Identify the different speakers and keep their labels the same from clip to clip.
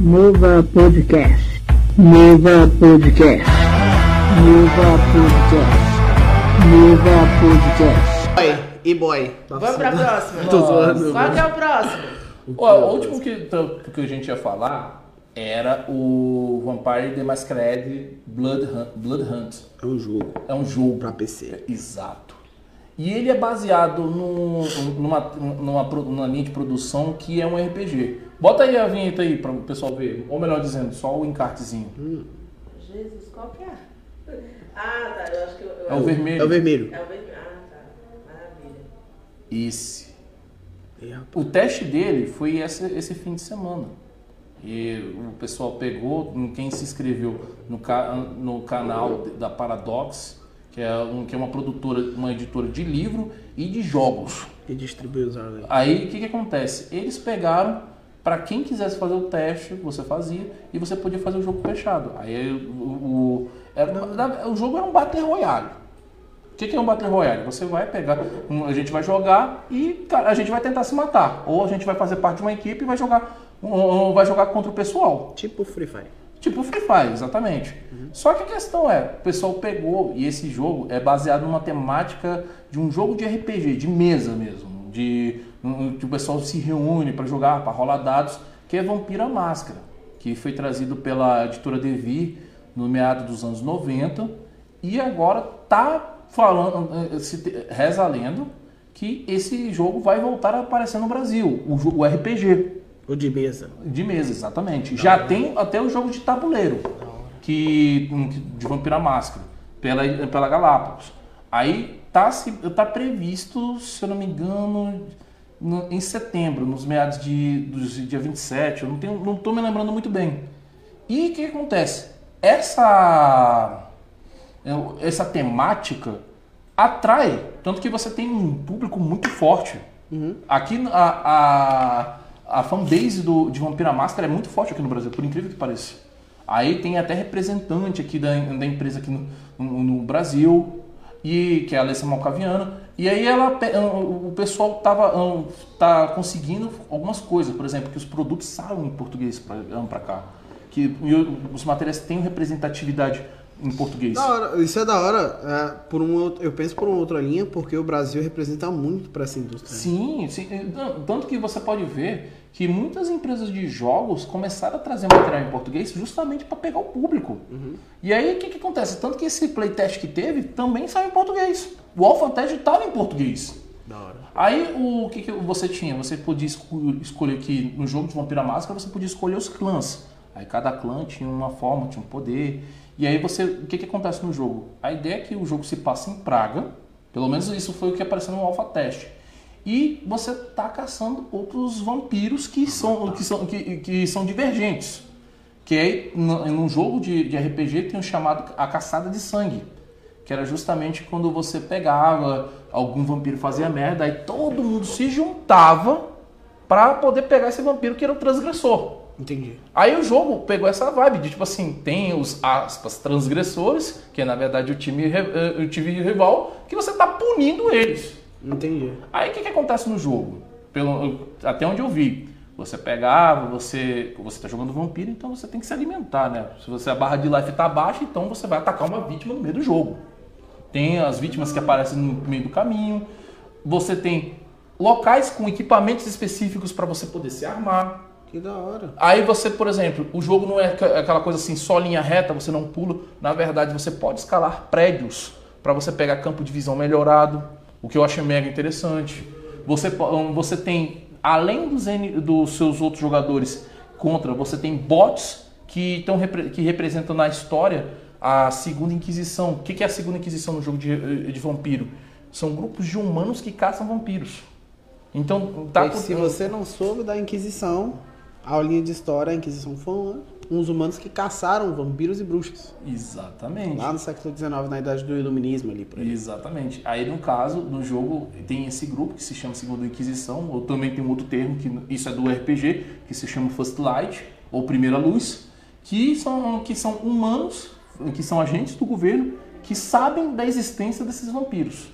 Speaker 1: Nova Podcast. Nova Podcast. Nova Podcast. Nova Podcast.
Speaker 2: Boy e boy.
Speaker 3: Vamos pra próxima.
Speaker 2: Tô zoando,
Speaker 3: Qual
Speaker 2: mano.
Speaker 3: que é o próximo?
Speaker 4: Ó, o último que, tam- que a gente ia falar era o Vampire The Masquerade Blood Hunt. Blood Hunt.
Speaker 2: É um jogo
Speaker 4: É um jogo.
Speaker 2: pra PC.
Speaker 4: Exato. E ele é baseado num- numa, numa, pro- numa linha de produção que é um RPG. Bota aí a vinheta aí para o pessoal ver. Ou melhor dizendo, só o encartezinho.
Speaker 3: Jesus, qual que é? Ah, tá. Eu acho que eu. eu-
Speaker 4: É o vermelho.
Speaker 2: É o vermelho.
Speaker 3: É o vermelho. Ah, tá. Maravilha.
Speaker 4: Esse.
Speaker 2: Ih, rapaz.
Speaker 4: O teste dele foi essa- esse fim de semana. E o pessoal pegou, quem se inscreveu no, ca- no canal da Paradox, que é, um- que é uma produtora, uma editora de livro e de jogos.
Speaker 2: E distribui os olhos aí.
Speaker 4: Aí o que, que acontece? Eles pegaram, para quem quisesse fazer o teste, você fazia, e você podia fazer o jogo fechado. Aí o, o- era- na- o jogo era um Battle Royale. O que, que é um Battle Royale? Você vai pegar, um- a gente vai jogar e cara, a gente vai tentar se matar. Ou a gente vai fazer parte de uma equipe e vai jogar, ou- ou vai jogar contra o pessoal.
Speaker 2: Tipo Free Fire.
Speaker 4: Tipo Free Fire, exatamente. Só que a questão é, o pessoal pegou, e esse jogo é baseado numa temática de um jogo de RPG, de mesa mesmo, de um- que o pessoal se reúne para jogar, para rolar dados, que é Vampira Máscara, que foi trazido pela editora Devir no meado dos anos 90 e agora tá falando, eh, se te- reza a lenda, que esse jogo vai voltar a aparecer no Brasil, o jo- o RPG.
Speaker 2: Ou de mesa.
Speaker 4: De mesa, exatamente. Já tem até o jogo de tabuleiro, que um, que- de Vampira Máscara, pela, pela Galápagos. Aí tá, se- tá previsto, se eu não me engano, no- em setembro, nos meados de dos, dia 27, eu não, tenho, não tô me lembrando muito bem. E o que acontece? Essa eu- É, essa temática atrai. Tanto que você tem um público muito forte.
Speaker 2: Uhum.
Speaker 4: Aqui a, a, a fanbase do, de Vampira Máscara é muito forte aqui no Brasil, por incrível que pareça. Aí tem até representante aqui da, da empresa aqui no, no- no Brasil, e que é a Alessa Malcaviano. E aí ela, pe- o pessoal tava, tá conseguindo algumas coisas, por exemplo, que os produtos saem em português para cá. Que e o- os materiais têm representatividade em português.
Speaker 2: Da hora, isso é da hora. é, por um, outro- eu penso por uma outra linha, porque o Brasil representa muito pra essa indústria.
Speaker 4: Sim, sim. É, Tan- Tanto que você pode ver que muitas empresas de jogos começaram a trazer material em português justamente para pegar o público. E aí o que, que acontece? Tanto que esse playtest que teve também saiu em português. O Alpha Test estava em português.
Speaker 2: Da hora.
Speaker 4: Aí o que, que você tinha? Você podia esco- escolher que no jogo de Vampira Máscara você podia escolher os clãs. Aí cada clã tinha uma forma, tinha um poder. E aí você. O que, que acontece no jogo? A ideia é que o jogo se passa em Praga. Pelo menos isso foi o que apareceu no Alpha Test. E você tá caçando outros vampiros que são, que são, que, que são divergentes. Que aí, no- num jogo de, de RPG, tem o chamado A Caçada de Sangue que era justamente quando você pegava algum vampiro fazia merda, aí todo mundo se juntava pra poder pegar esse vampiro que era o transgressor.
Speaker 2: Entendi.
Speaker 4: Aí o jogo pegou essa vibe de tipo assim, tem os aspas transgressores, que é na verdade o time, re- eh, o time rival, que você tá punindo eles.
Speaker 2: Entendi.
Speaker 4: Aí o que, que acontece no jogo? Pelo- até onde eu vi. Você pegava, você. Você tá jogando vampiro, então você tem que se alimentar, né? Se você a barra de life tá baixa, então você vai atacar uma vítima no meio do jogo. Tem as vítimas que aparecem no meio do caminho. Você tem locais com equipamentos específicos para você poder se armar.
Speaker 2: Que da hora.
Speaker 4: Aí você, por exemplo, o jogo não é aqua- aquela coisa assim, só linha reta, você não pula. Na verdade, você pode escalar prédios para você pegar campo de visão melhorado, o que eu achei mega interessante. Você, po- hum, você tem, além dos, N- dos seus outros jogadores contra, você tem bots que, tão, repre- que representam na história a Segunda Inquisição. O que que é a Segunda Inquisição no jogo de, de vampiro? São grupos de humanos que caçam vampiros. Então, tá
Speaker 2: E se
Speaker 4: com-
Speaker 2: você não soube da Inquisição, a aulinha de história, a Inquisição foi um- uns humanos que caçaram vampiros e bruxas.
Speaker 4: Exatamente.
Speaker 2: Lá no século XIX, na idade do iluminismo ali, por aí.
Speaker 4: Exatamente. Aí, no caso, no jogo, tem esse grupo que se chama Segunda Inquisição, ou também tem um outro termo, que isso é do RPG, que se chama First Light, ou Primeira Luz, que são, que são humanos, que são agentes do governo, que sabem da existência desses vampiros.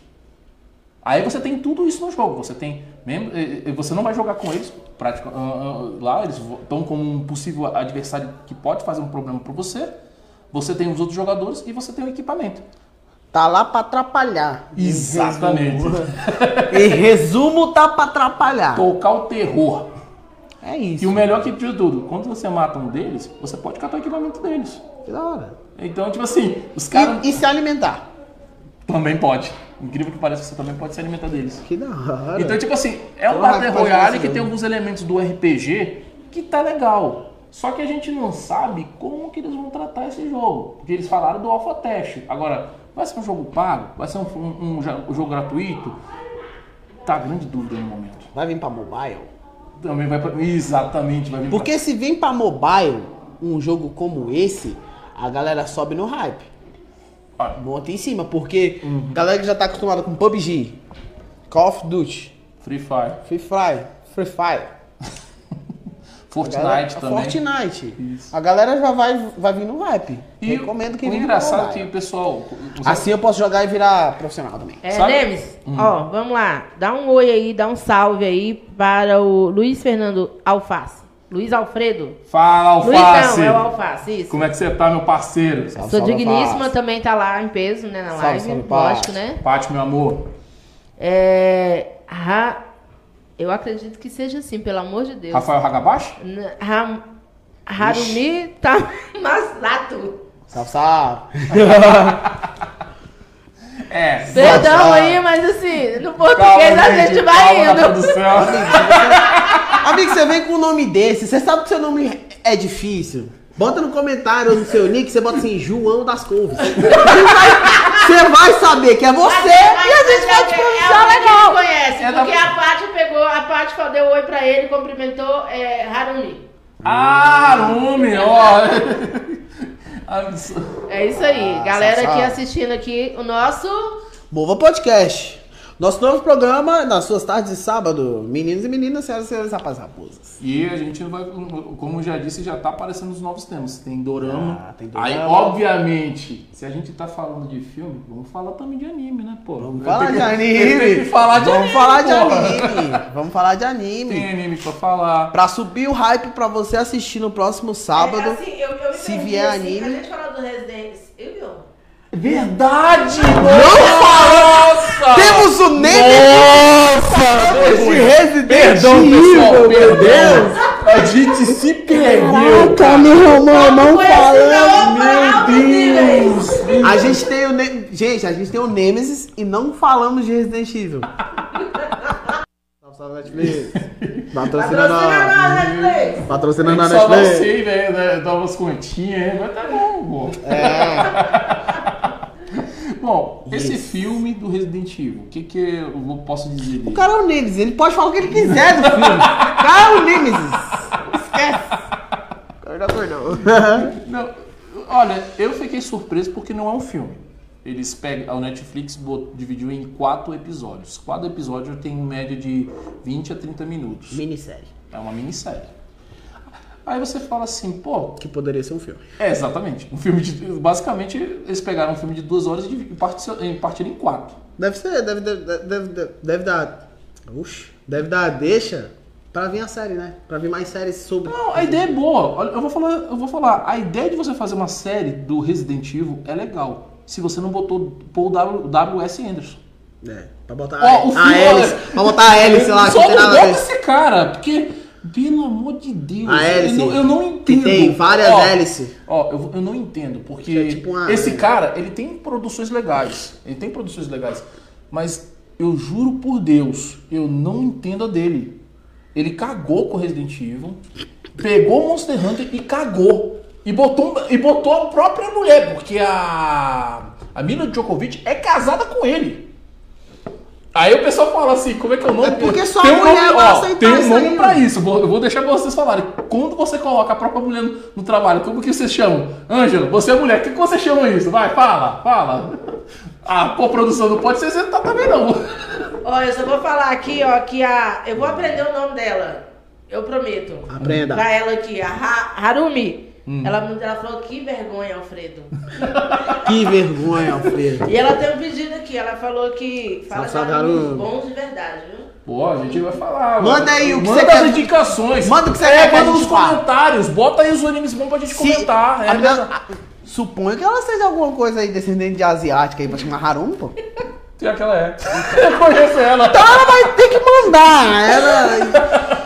Speaker 4: Aí você tem tudo isso no jogo. Você tem. Mesmo, eh, eh, você não vai jogar com eles. Prática, ah, ah, lá eles estão como um possível adversário que pode fazer um problema para você. Você tem os outros jogadores e você tem o equipamento.
Speaker 2: Tá lá pra atrapalhar. Em
Speaker 4: Exatamente.
Speaker 2: resumo. Em resumo, tá pra atrapalhar.
Speaker 4: Tocar o terror.
Speaker 2: É
Speaker 4: E
Speaker 2: isso.
Speaker 4: o melhor que de tudo, quando você mata um deles, você pode catar o equipamento deles.
Speaker 2: Que da hora.
Speaker 4: Então, tipo assim, os caras
Speaker 2: E, e se alimentar.
Speaker 4: também pode. Incrível que pareça, você também pode se alimentar deles.
Speaker 2: Que da hora.
Speaker 4: Então, tipo assim, é um
Speaker 2: Porra,
Speaker 4: Battle
Speaker 2: que coisa
Speaker 4: Royale que
Speaker 2: brasileira.
Speaker 4: tem alguns elementos do RPG que tá legal. Só que a gente não sabe como que eles vão tratar esse jogo. Porque eles falaram do Alpha Test. Agora, vai ser um jogo pago? Vai ser um, um- um ja- um jogo gratuito? Tá grande dúvida no momento.
Speaker 2: Vai vir pra mobile?
Speaker 4: Também vai pra... Exatamente, vai vir pra-
Speaker 2: Porque se vem pra mobile um jogo como esse, a galera sobe no hype.
Speaker 4: Olha.
Speaker 2: Monta em cima, porque
Speaker 4: Uhum.
Speaker 2: a galera que já tá acostumada com PUBG, Call of Duty,
Speaker 4: Free Fire.
Speaker 2: Free Fire, Free Fire, a
Speaker 4: Fortnite
Speaker 2: galera- é
Speaker 4: também.
Speaker 2: Fortnite.
Speaker 4: Isso.
Speaker 2: A galera já vai, vai vir no hype.
Speaker 4: E
Speaker 2: Recomendo que
Speaker 4: o
Speaker 2: venha pra
Speaker 4: engraçado é que
Speaker 2: mobile.
Speaker 4: o pessoal... os-
Speaker 2: Assim eu posso jogar e virar profissional também.
Speaker 3: É,
Speaker 4: Sabe-
Speaker 3: Demis,
Speaker 2: Hum.
Speaker 3: ó, vamos lá. Dá um oi aí, dá um salve aí para o Luiz Fernando Alface. Luiz Alfredo.
Speaker 4: Fala,
Speaker 3: Luiz
Speaker 4: Alface!
Speaker 3: não, é o Alface, isso.
Speaker 4: Como é que você tá, meu parceiro?
Speaker 2: Salve,
Speaker 3: Sua
Speaker 2: salve,
Speaker 3: digníssima
Speaker 2: Alface.
Speaker 3: também tá lá em peso, né, na
Speaker 2: Salve,
Speaker 3: live.
Speaker 2: salve,
Speaker 3: lógico,
Speaker 2: Alface.
Speaker 3: né?
Speaker 4: Pati, meu amor.
Speaker 3: É, Ra- Eu acredito que seja assim, pelo amor de Deus.
Speaker 4: Rafael Hagabashi?
Speaker 3: N- Ra- Harumi Tamasato.
Speaker 2: Salve, salve.
Speaker 4: É.
Speaker 3: Perdão
Speaker 2: Nossa.
Speaker 3: aí, mas assim, no português a gente vai
Speaker 4: calma na
Speaker 3: indo.
Speaker 4: produção.
Speaker 2: Amigo, você vem com um nome desse, você sabe que seu nome é difícil. Bota no comentário no seu nick, você bota assim, João das Couves. Você vai, você vai saber que é você e a gente vai te
Speaker 3: é
Speaker 2: pronunciar
Speaker 3: alguém que
Speaker 2: legal.
Speaker 3: ele conhece,
Speaker 4: É da-
Speaker 3: porque a Paty pegou, a Paty falou, deu oi pra ele, cumprimentou é, Harumi.
Speaker 4: Ah, Lume, ó. Abs-
Speaker 3: É isso aí, galera
Speaker 2: salve,
Speaker 3: que
Speaker 2: salve.
Speaker 3: assistindo aqui o nosso...
Speaker 2: Mova Podcast. Nosso novo programa nas suas tardes de sábado. Meninos e meninas, senhoras e senhores, rapazes e raposas.
Speaker 4: E a gente vai, como eu já disse, já tá aparecendo os novos temas. Tem dorama.
Speaker 2: Ah, tem dorama.
Speaker 4: Aí, obviamente, se a gente tá falando de filme, vamos falar também de anime, né, pô?
Speaker 2: Vamos
Speaker 4: Eu
Speaker 2: falar
Speaker 4: tenho
Speaker 2: de
Speaker 4: que-
Speaker 2: anime.
Speaker 4: eu tenho que falar de
Speaker 2: Vamos
Speaker 4: anime,
Speaker 2: falar de
Speaker 4: porra.
Speaker 2: anime. Vamos falar de anime.
Speaker 4: Tem anime pra falar.
Speaker 2: Pra subir o hype pra você assistir no próximo sábado.
Speaker 3: É, assim, eu- eu me
Speaker 2: se
Speaker 3: perdi,
Speaker 2: vier
Speaker 3: assim,
Speaker 2: anime.
Speaker 3: A gente falou do Resident Evil.
Speaker 4: Verdade!
Speaker 2: Não
Speaker 4: Nossa!
Speaker 2: Temos o Nene
Speaker 4: Nossa!
Speaker 2: de Resident
Speaker 4: Perdão,
Speaker 2: Evil,
Speaker 4: pessoal,
Speaker 2: meu
Speaker 4: perdão. A gente se perdeu.
Speaker 1: Caraca, meu irmão,
Speaker 2: Tá
Speaker 1: não
Speaker 3: Foi esse
Speaker 1: falando.
Speaker 3: não, Paulo Rodrigues.
Speaker 4: Deus!
Speaker 2: A gente tem o Ne- Gente, a gente tem o Nemesis e não falamos de Resident Evil. Salve, salve, Netflix. Patrocina
Speaker 3: Patrocina
Speaker 2: nós.
Speaker 3: nós, Netflix.
Speaker 2: Patrocina nós,
Speaker 4: Só não
Speaker 2: Netflix.
Speaker 4: sei, velho, né? Dá umas continhas, hein? mas tá bom, pô.
Speaker 2: É.
Speaker 4: Bom, esse filme do Resident Evil, o que que eu vou- posso dizer
Speaker 2: O
Speaker 4: dele?
Speaker 2: cara é o Nemesis, ele pode falar o que ele quiser do filme. O cara é o Nemesis. Esquece. Acordou, acordou.
Speaker 4: Não, olha, eu fiquei surpreso porque não é um filme. Eles pegam, a Netflix bot- dividiu em quatro episódios. Quatro episódios tem em média de 20 a 30 minutos.
Speaker 2: Minissérie.
Speaker 4: É uma minissérie. Aí você fala assim, pô,
Speaker 2: Que poderia ser um filme.
Speaker 4: É, exatamente. Um filme de. Basicamente, eles pegaram um filme de duas horas e divi- e partiram em- partiram em quatro.
Speaker 2: Deve ser, deve, deve, deve, deve- deve dar. Oxi. Deve dar a deixa pra vir a série, né? Pra vir mais séries sobre.
Speaker 4: Não, a ideia é boa. Olha, Eu vou falar, eu vou falar. A ideia de você fazer uma série do Resident Evil é legal. Se você não botou Paul W- W.S. Anderson.
Speaker 2: É, pra botar
Speaker 4: Ó,
Speaker 2: a,
Speaker 4: o
Speaker 2: a
Speaker 4: filme,
Speaker 2: hélice.
Speaker 4: olha-
Speaker 2: Pra botar a hélice lá, que
Speaker 4: Só
Speaker 2: não tem
Speaker 4: não
Speaker 2: nada a
Speaker 4: bota
Speaker 2: ver.
Speaker 4: esse cara, porque, pelo amor de Deus,
Speaker 2: A hélice,
Speaker 4: eu, não, eu não
Speaker 2: que
Speaker 4: entendo.
Speaker 2: tem várias
Speaker 4: Ó,
Speaker 2: hélices.
Speaker 4: Ó, eu, eu não entendo, porque
Speaker 2: É tipo uma-
Speaker 4: esse cara, ele tem produções legais. Ele tem produções legais. Mas eu juro por Deus, eu não entendo a dele. Ele cagou com Resident Evil, pegou Monster Hunter e cagou. E botou, um, e botou a própria mulher, porque a, a Mila Djokovic é casada com ele. Aí o pessoal fala assim, como é que é o nome?
Speaker 2: É porque só
Speaker 4: Tem
Speaker 2: a
Speaker 4: um
Speaker 2: mulher
Speaker 4: nome-
Speaker 2: vai
Speaker 4: ó,
Speaker 2: aceitar
Speaker 4: Tem um
Speaker 2: isso
Speaker 4: nome
Speaker 2: aí,
Speaker 4: pra
Speaker 2: mano.
Speaker 4: isso, vou- eu vou deixar vocês falarem. Quando você coloca a própria mulher no, no trabalho, como que vocês chamam? Ângela, você é mulher, o que, que você chama isso? Vai, fala, fala. Ah, pô, produção, não pode ser tá também não.
Speaker 3: Ó, eu só vou falar aqui, ó, que a. Eu vou aprender o nome dela. Eu prometo.
Speaker 2: Aprenda.
Speaker 3: Pra ela aqui, a Ha- Harumi
Speaker 2: Hum.
Speaker 3: Ela, ela falou, que vergonha, Alfredo.
Speaker 2: Que vergonha, Alfredo.
Speaker 3: E ela tem um pedido aqui, ela falou que fala
Speaker 2: Salve,
Speaker 3: de amigos
Speaker 2: Saru.
Speaker 3: bons de verdade, viu?
Speaker 4: Pô, a gente vai falar.
Speaker 2: Manda
Speaker 4: mano.
Speaker 2: aí o que
Speaker 4: manda
Speaker 2: você
Speaker 4: as
Speaker 2: quer-
Speaker 4: indicações.
Speaker 2: Manda o que você
Speaker 4: é,
Speaker 2: quer que a
Speaker 4: Manda
Speaker 2: gente
Speaker 4: nos
Speaker 2: fala.
Speaker 4: comentários. Bota aí os animes bons pra gente comentar. É,
Speaker 2: a minha-
Speaker 4: mesmo.
Speaker 2: a- Suponho que ela seja alguma coisa aí descendente de asiática aí pra chamar Harum, pô.
Speaker 4: Pior que ela é. Eu conheço Então ela.
Speaker 2: Então ela vai ter que mandar. Ela...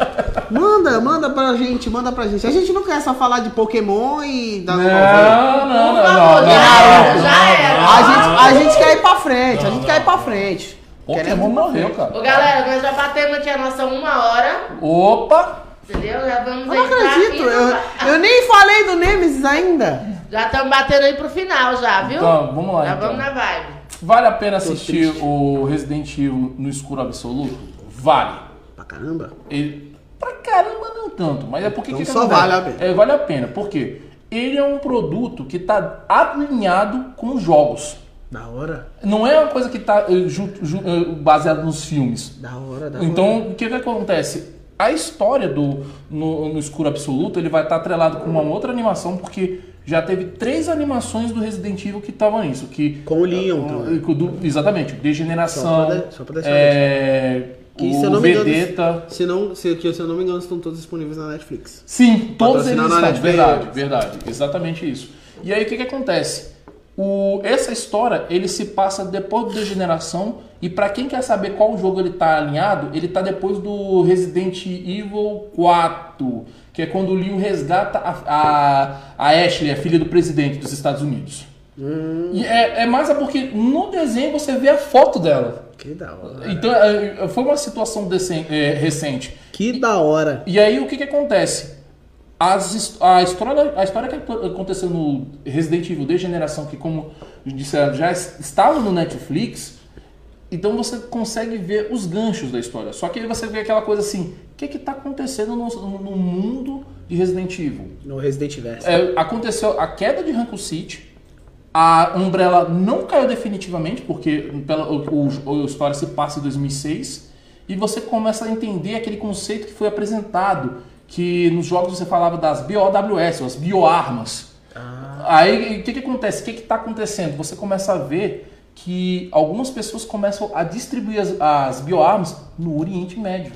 Speaker 2: Manda, manda pra gente, manda pra gente. A gente não quer só falar de Pokémon e das
Speaker 4: Não,
Speaker 2: novelas.
Speaker 4: não, não, não.
Speaker 3: Por
Speaker 4: não,
Speaker 3: favor,
Speaker 4: não,
Speaker 3: já
Speaker 4: não,
Speaker 3: era,
Speaker 4: não,
Speaker 3: já era.
Speaker 4: não.
Speaker 2: A gente, a gente quer ir pra frente, a gente quer ir pra frente.
Speaker 4: Pokémon morreu,
Speaker 3: Ô
Speaker 4: cara.
Speaker 3: galera, nós já batemos aqui a nossa uma hora,
Speaker 4: Opa!
Speaker 3: entendeu? Já vamos
Speaker 2: Eu não
Speaker 3: aí pra-
Speaker 2: acredito, eu, eu nem falei do Nemesis ainda.
Speaker 3: Já estamos batendo aí pro final já, viu?
Speaker 4: Então, vamos lá,
Speaker 2: Ah,
Speaker 3: Já
Speaker 4: então.
Speaker 3: vamos na vibe.
Speaker 4: Vale a pena assistir o Resident Evil no escuro absoluto? Vale.
Speaker 2: Pra caramba.
Speaker 4: Ele, pra caramba não tanto, mas é porque...
Speaker 2: Então
Speaker 4: que que
Speaker 2: só
Speaker 4: acontece?
Speaker 2: vale a pena.
Speaker 4: É, vale a pena, porque ele é um produto que tá alinhado com os jogos.
Speaker 2: Da hora,
Speaker 4: Não é uma coisa que tá eh, ju- ju- eh, baseada nos filmes.
Speaker 2: da hora, da hora.
Speaker 4: Então, o que, que acontece? A história do no, no Escuro Absoluto ele vai estar atrelado com uma outra animação, porque já teve três animações do Resident Evil que estavam nisso. Que,
Speaker 2: Com o Leon também.
Speaker 4: com Então, o do- exatamente, Degeneração.
Speaker 2: Só pra de- só pra deixar
Speaker 4: é,
Speaker 2: Que, se eu
Speaker 4: o
Speaker 2: não me engano,
Speaker 4: Vedeta.
Speaker 2: Se, não, se, que, se eu não me engano, estão todos disponíveis na Netflix.
Speaker 4: Sim, todos eles
Speaker 2: Patrocinado na Netflix.
Speaker 4: estão. Verdade, verdade. Exatamente isso. E aí o que, que acontece? O, essa história ele se passa depois do Degeneração. E pra quem quer saber qual jogo ele tá alinhado, ele tá depois do Resident Evil 4, que é quando o Leon resgata a, a, a Ashley, a filha do presidente dos Estados Unidos.
Speaker 2: Hum.
Speaker 4: E é, é mais é porque no desenho você vê a foto dela.
Speaker 2: Que da hora.
Speaker 4: Então é, é, foi uma situação decen- é, recente.
Speaker 2: Que da hora.
Speaker 4: E aí o que, que acontece? As his- a, história, a história que aco- aconteceu no Resident Evil Degeneração, que como disseram, já es- estava no Netflix, então você consegue ver os ganchos da história. Só que aí você vê aquela coisa assim, o que está acontecendo no, no mundo de Resident Evil?
Speaker 2: No Resident Evil.
Speaker 4: É, aconteceu a queda de Ranco City. A Umbrella não caiu definitivamente, porque pela, o, o, a história se passa em 2006. E você começa a entender aquele conceito que foi apresentado. Que nos jogos você falava das BOWS, as bioarmas.
Speaker 2: Ah.
Speaker 4: Aí o que, que acontece? O que está acontecendo? Você começa a ver que algumas pessoas começam a distribuir as, as bioarmas no Oriente Médio.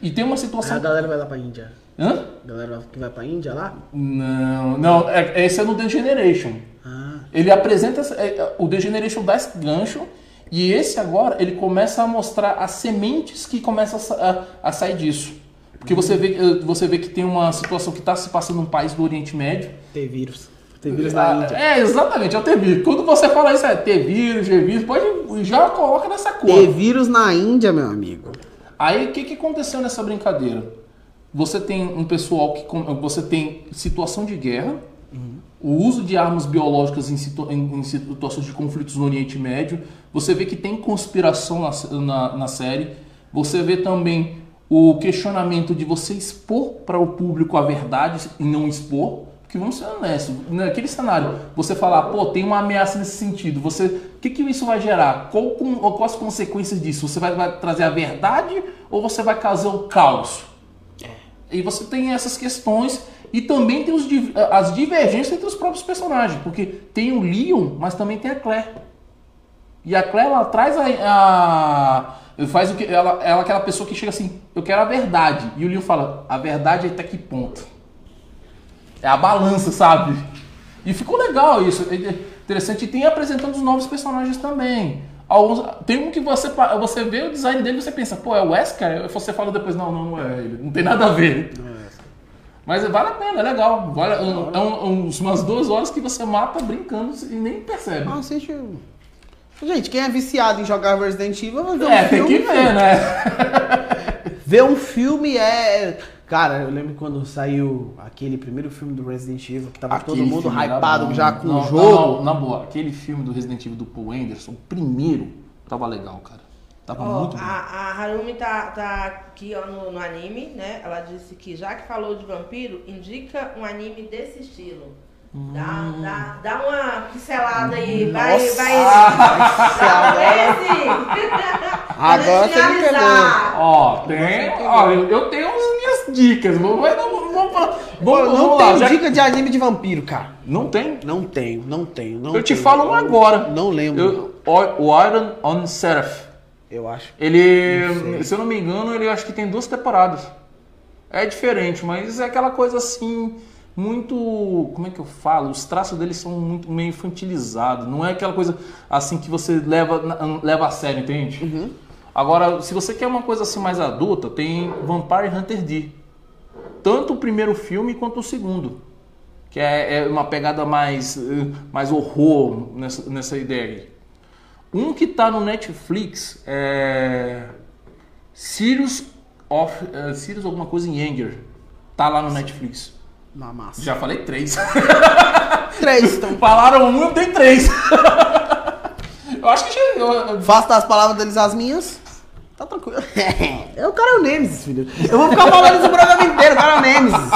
Speaker 4: E tem uma situação.
Speaker 2: É, A galera vai lá pra Índia.
Speaker 4: Hã?
Speaker 2: A galera que vai pra Índia lá?
Speaker 4: Não, não, é- esse é no The Generation.
Speaker 2: Ah.
Speaker 4: Ele apresenta. essa- é, O The Generation dá esse gancho. E esse agora, ele começa a mostrar as sementes que começam a, sa- a- a sair disso. Porque você vê, eh, você vê que tem uma situação que está se passando num país do Oriente Médio.
Speaker 2: Ter vírus. Ter vírus na
Speaker 4: Ah,
Speaker 2: Índia.
Speaker 4: é, exatamente, é o T-Vírus. Quando você fala isso, é T-Vírus, G-Vírus, pode, já coloca nessa cor.
Speaker 2: Ter vírus na Índia, meu amigo.
Speaker 4: Aí o que, que aconteceu nessa brincadeira? Você tem um pessoal que. com- Você tem situação de guerra, o uso de armas biológicas em, situ- em- em situações de conflitos no Oriente Médio. Você vê que tem conspiração na, se- na- na série. Você vê também o questionamento de você expor para o público a verdade e não expor. Porque vamos ser honestos, naquele cenário, você falar, pô, tem uma ameaça nesse sentido, você. O que, que isso vai gerar? Qual, com- ou quais as consequências disso? Você vai, vai trazer a verdade ou você vai causar o caos? E você tem essas questões e também tem os div- as divergências entre os próprios personagens, porque tem o Leon, mas também tem a Claire. E a Claire ela traz a, a- faz o que ela, ela é aquela pessoa que chega assim, eu quero a verdade. E o Leon fala, a verdade é até que ponto? É a balança, sabe? E ficou legal isso. é Interessante. E tem apresentando os novos personagens também. Alguns- tem um que você, pa- você vê o design dele e você pensa, pô, é o Wesker? E Você fala depois, não, não, não é ele. Não tem nada a ver. Mas vale a pena, é legal. Vale, é um- é um- uns- umas duas horas que você mata brincando e nem percebe.
Speaker 2: Ah, assiste. o- Gente, quem é viciado em jogar Resident Evil, vai ver um
Speaker 4: É, tem
Speaker 2: filme.
Speaker 4: que ver, né?
Speaker 2: Ver um filme é. Cara, eu lembro quando saiu aquele primeiro filme do Resident Evil, que tava todo
Speaker 4: Aquele
Speaker 2: mundo
Speaker 4: filme era
Speaker 2: hypado
Speaker 4: bom.
Speaker 2: já com
Speaker 4: Não,
Speaker 2: o jogo.
Speaker 4: não, não, na boa, aquele filme do Resident Evil do Paul Anderson, o primeiro, tava legal, cara. Tava
Speaker 3: Ó,
Speaker 4: muito bom.
Speaker 3: a, a Harumi tá, tá aqui ó, no, no anime, né? Ela disse que já que falou de vampiro, indica um anime desse estilo.
Speaker 4: Hum.
Speaker 3: Dá, dá, dá uma pincelada aí, vai,
Speaker 2: Nossa.
Speaker 3: vai.
Speaker 4: Ah,
Speaker 2: Agora você me pegou.
Speaker 4: Ó, tem. Ó, eu, eu tenho as minhas dicas. Vou, mas não, vou, vou- Vamos,
Speaker 2: Eu não
Speaker 4: vamos
Speaker 2: tenho
Speaker 4: lá, já-
Speaker 2: dica de anime de vampiro, cara.
Speaker 4: Não tem?
Speaker 2: Não tenho, não tenho. Não
Speaker 4: Eu te
Speaker 2: tenho.
Speaker 4: falo um agora.
Speaker 2: Não lembro. Eu,
Speaker 4: Eu- o o Iron on Seraph.
Speaker 2: acho.
Speaker 4: Ele, se eu não me engano, ele acho que tem duas temporadas. É diferente, mas é aquela coisa assim, muito. Como é que eu falo? Os traços dele são muito meio infantilizados. Não é aquela coisa assim que você leva, na- leva a sério, entende? Agora, se você quer uma coisa assim mais adulta, tem Vampire Hunter D. Tanto o primeiro filme quanto o segundo. Que é, é uma pegada mais, eh, mais horror nessa, nessa ideia aí. Um que tá no Netflix é. Sirius of. eh, Sirius alguma coisa em Anger. Tá lá no Netflix.
Speaker 2: Na é massa.
Speaker 4: Já falei três.
Speaker 2: Três, então.
Speaker 4: Falaram um, eu tenho três. eu acho que já. eu- eu-
Speaker 2: Faço das palavras deles as minhas. Tá tranquilo. É, o cara é o Nemesis, filho. Eu vou ficar falando isso o programa inteiro. O cara é o Nemesis.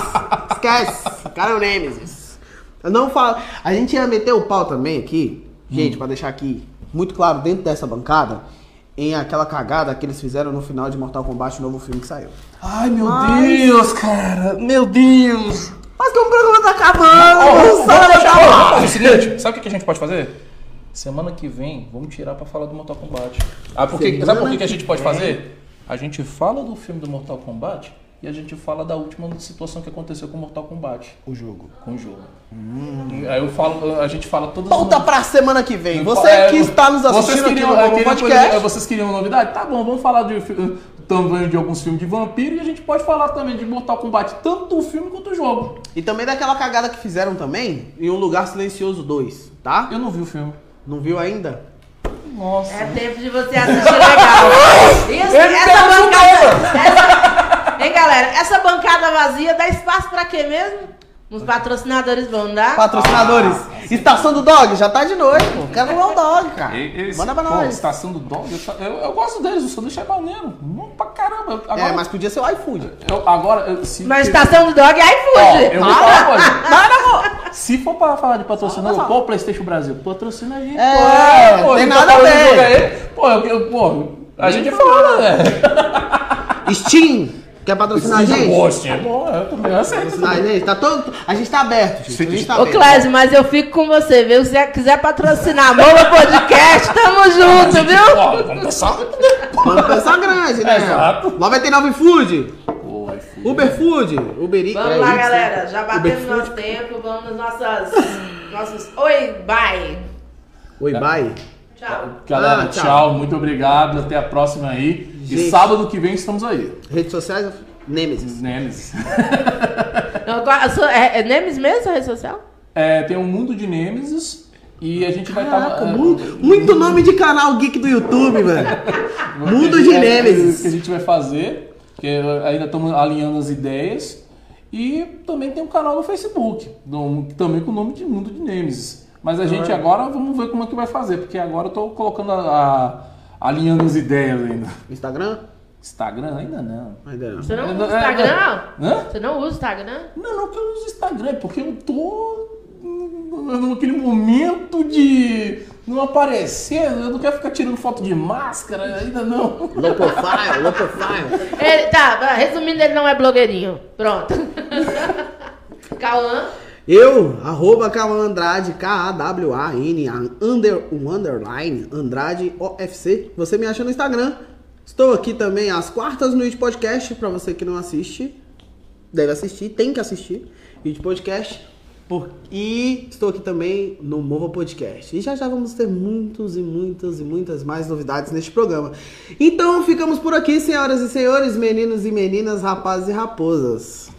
Speaker 2: Esquece. O cara é o Nemesis. Eu não falo. A gente ia meter o pau também aqui. Gente, pra deixar aqui muito claro, dentro dessa bancada, em aquela cagada que eles fizeram no final de Mortal Kombat, o novo filme que saiu.
Speaker 4: Ai, meu
Speaker 2: Mas-
Speaker 4: Deus, cara. Meu Deus.
Speaker 2: Mas que o programa tá acabando.
Speaker 4: Ó,
Speaker 2: não sai,
Speaker 4: vamos
Speaker 2: tá
Speaker 4: deixar-
Speaker 2: lá.
Speaker 4: ó, é o seguinte, sabe o que a gente pode fazer? Semana que vem, vamos tirar pra falar do Mortal Kombat. Ah, porque,
Speaker 2: Semana
Speaker 4: sabe por que que a
Speaker 2: que
Speaker 4: gente pode fazer? A gente fala do filme do Mortal Kombat e a gente fala da última situação que aconteceu com o Mortal Kombat,
Speaker 2: O jogo. Hum.
Speaker 4: com o jogo. Aí eu falo, a gente fala todas
Speaker 2: Volta
Speaker 4: as-
Speaker 2: pra semana que vem. Você
Speaker 4: É,
Speaker 2: que está nos assistindo
Speaker 4: vocês
Speaker 2: aqui
Speaker 4: queriam,
Speaker 2: no
Speaker 4: queriam
Speaker 2: Globo
Speaker 4: coisa-
Speaker 2: Podcast.
Speaker 4: é, vocês queriam novidade? Tá bom, vamos falar de, fi- também de alguns filmes de vampiro e a gente pode falar também de Mortal Kombat, tanto o filme quanto o jogo.
Speaker 2: E também daquela cagada que fizeram também em Um Lugar Silencioso 2, tá?
Speaker 4: Eu não vi o filme.
Speaker 2: Não viu ainda?
Speaker 4: Nossa.
Speaker 3: É tempo de você assistir legal. Isso,
Speaker 4: Ele
Speaker 3: essa
Speaker 4: tá
Speaker 3: bancada. essa- Hein, galera? Essa bancada vazia dá espaço pra quê mesmo? Os patrocinadores vão dar?
Speaker 2: Patrocinadores, Estação do Dog, já tá de noite, pô. Quero comer um dog, cara. Manda pra nós.
Speaker 4: Estação do Dog, eu, eu- eu gosto deles, o sanduíche é maneiro. Bom pra caramba. Agora,
Speaker 2: É, mas podia ser o iFood.
Speaker 4: eu, agora eu- se,
Speaker 3: Mas tá estação do dog aí
Speaker 4: Ó,
Speaker 3: fude.
Speaker 4: eu vou falar uma coisa. Se for pra falar de patrocinador, pô, Playstation Brasil, patrocina a gente.
Speaker 2: É,
Speaker 4: pô,
Speaker 2: tem
Speaker 4: tá
Speaker 2: nada a
Speaker 4: falando
Speaker 2: ver.
Speaker 4: de jogo aí, Pô, eu, eu- pô, a gente fala, né? velho.
Speaker 2: Steam, quer patrocinar a gente?
Speaker 4: Poxa, é bom, eu também aceito.
Speaker 2: Patrocinar a gente? Tá todo... A gente tá aberto, gente. A gente tá
Speaker 3: Ô
Speaker 2: aberto.
Speaker 3: Clésio, mas eu fico com você, viu? Se quiser patrocinar Mola Podcast, tamo junto, viu?
Speaker 4: Ó, vamos pensar.
Speaker 2: Vamos pensar grande, né?
Speaker 4: Exato.
Speaker 2: 99 Food,
Speaker 4: Pô, é foda.
Speaker 2: Uber Food, Uber Eats.
Speaker 3: Vamos
Speaker 2: é,
Speaker 3: lá,
Speaker 2: Eats, né?
Speaker 3: galera. Já batemos
Speaker 2: Uber
Speaker 3: nosso tempo, vamos nas nossas. nossos. Oi, bye.
Speaker 2: Oi, bye.
Speaker 3: Tchau.
Speaker 4: Galera,
Speaker 2: Ah,
Speaker 4: tchau.
Speaker 2: tchau.
Speaker 4: muito obrigado, até a próxima aí. E
Speaker 2: Gente.
Speaker 4: sábado que vem estamos aí.
Speaker 2: Redes sociais, Nemesis.
Speaker 4: Nemesis.
Speaker 3: Não, qual- sou- é, é Nemes mesmo, a rede social?
Speaker 4: É, tem um mundo de Nemesis e a gente vai tá- é, estar.
Speaker 2: Caraca, muito, muito nome de canal geek do YouTube, velho. Mundo de
Speaker 4: é, que a
Speaker 2: Nemesis.
Speaker 4: gente vai fazer, que eh, ainda estamos alinhando as ideias. E também tem um canal no Facebook, do- também com o nome de Mundo de Nemesis. Mas a gente agora vamos ver como é que vai fazer, porque agora eu tô colocando a, a- alinhando as ideias ainda.
Speaker 2: Instagram?
Speaker 4: Instagram ainda não.
Speaker 2: Ainda não.
Speaker 3: Você não
Speaker 4: É,
Speaker 3: usa o
Speaker 4: é,
Speaker 3: Instagram? não?
Speaker 4: Hã?
Speaker 3: Você não usa o Instagram?
Speaker 4: Não, não que eu uso Instagram, é porque eu tô n- naquele momento de não aparecer, eu não quero ficar tirando foto de máscara, ainda não.
Speaker 2: Low profile, low profile.
Speaker 3: Ele, tá, vai, resumindo, ele não é blogueirinho. Pronto. Cauã.
Speaker 2: Eu, arroba Cauã Andrade, K-A-W-A-N, a- under, um underline, Andrade OFC. Você me acha no Instagram. Estou aqui também às quartas no It Podcast, pra você que não assiste. Deve assistir, tem que assistir. It Podcast. Por- E estou aqui também no Mova Podcast. E já já vamos ter muitos e muitas e muitas mais novidades neste programa. Então ficamos por aqui, senhoras e senhores, meninos e meninas, rapazes e raposas.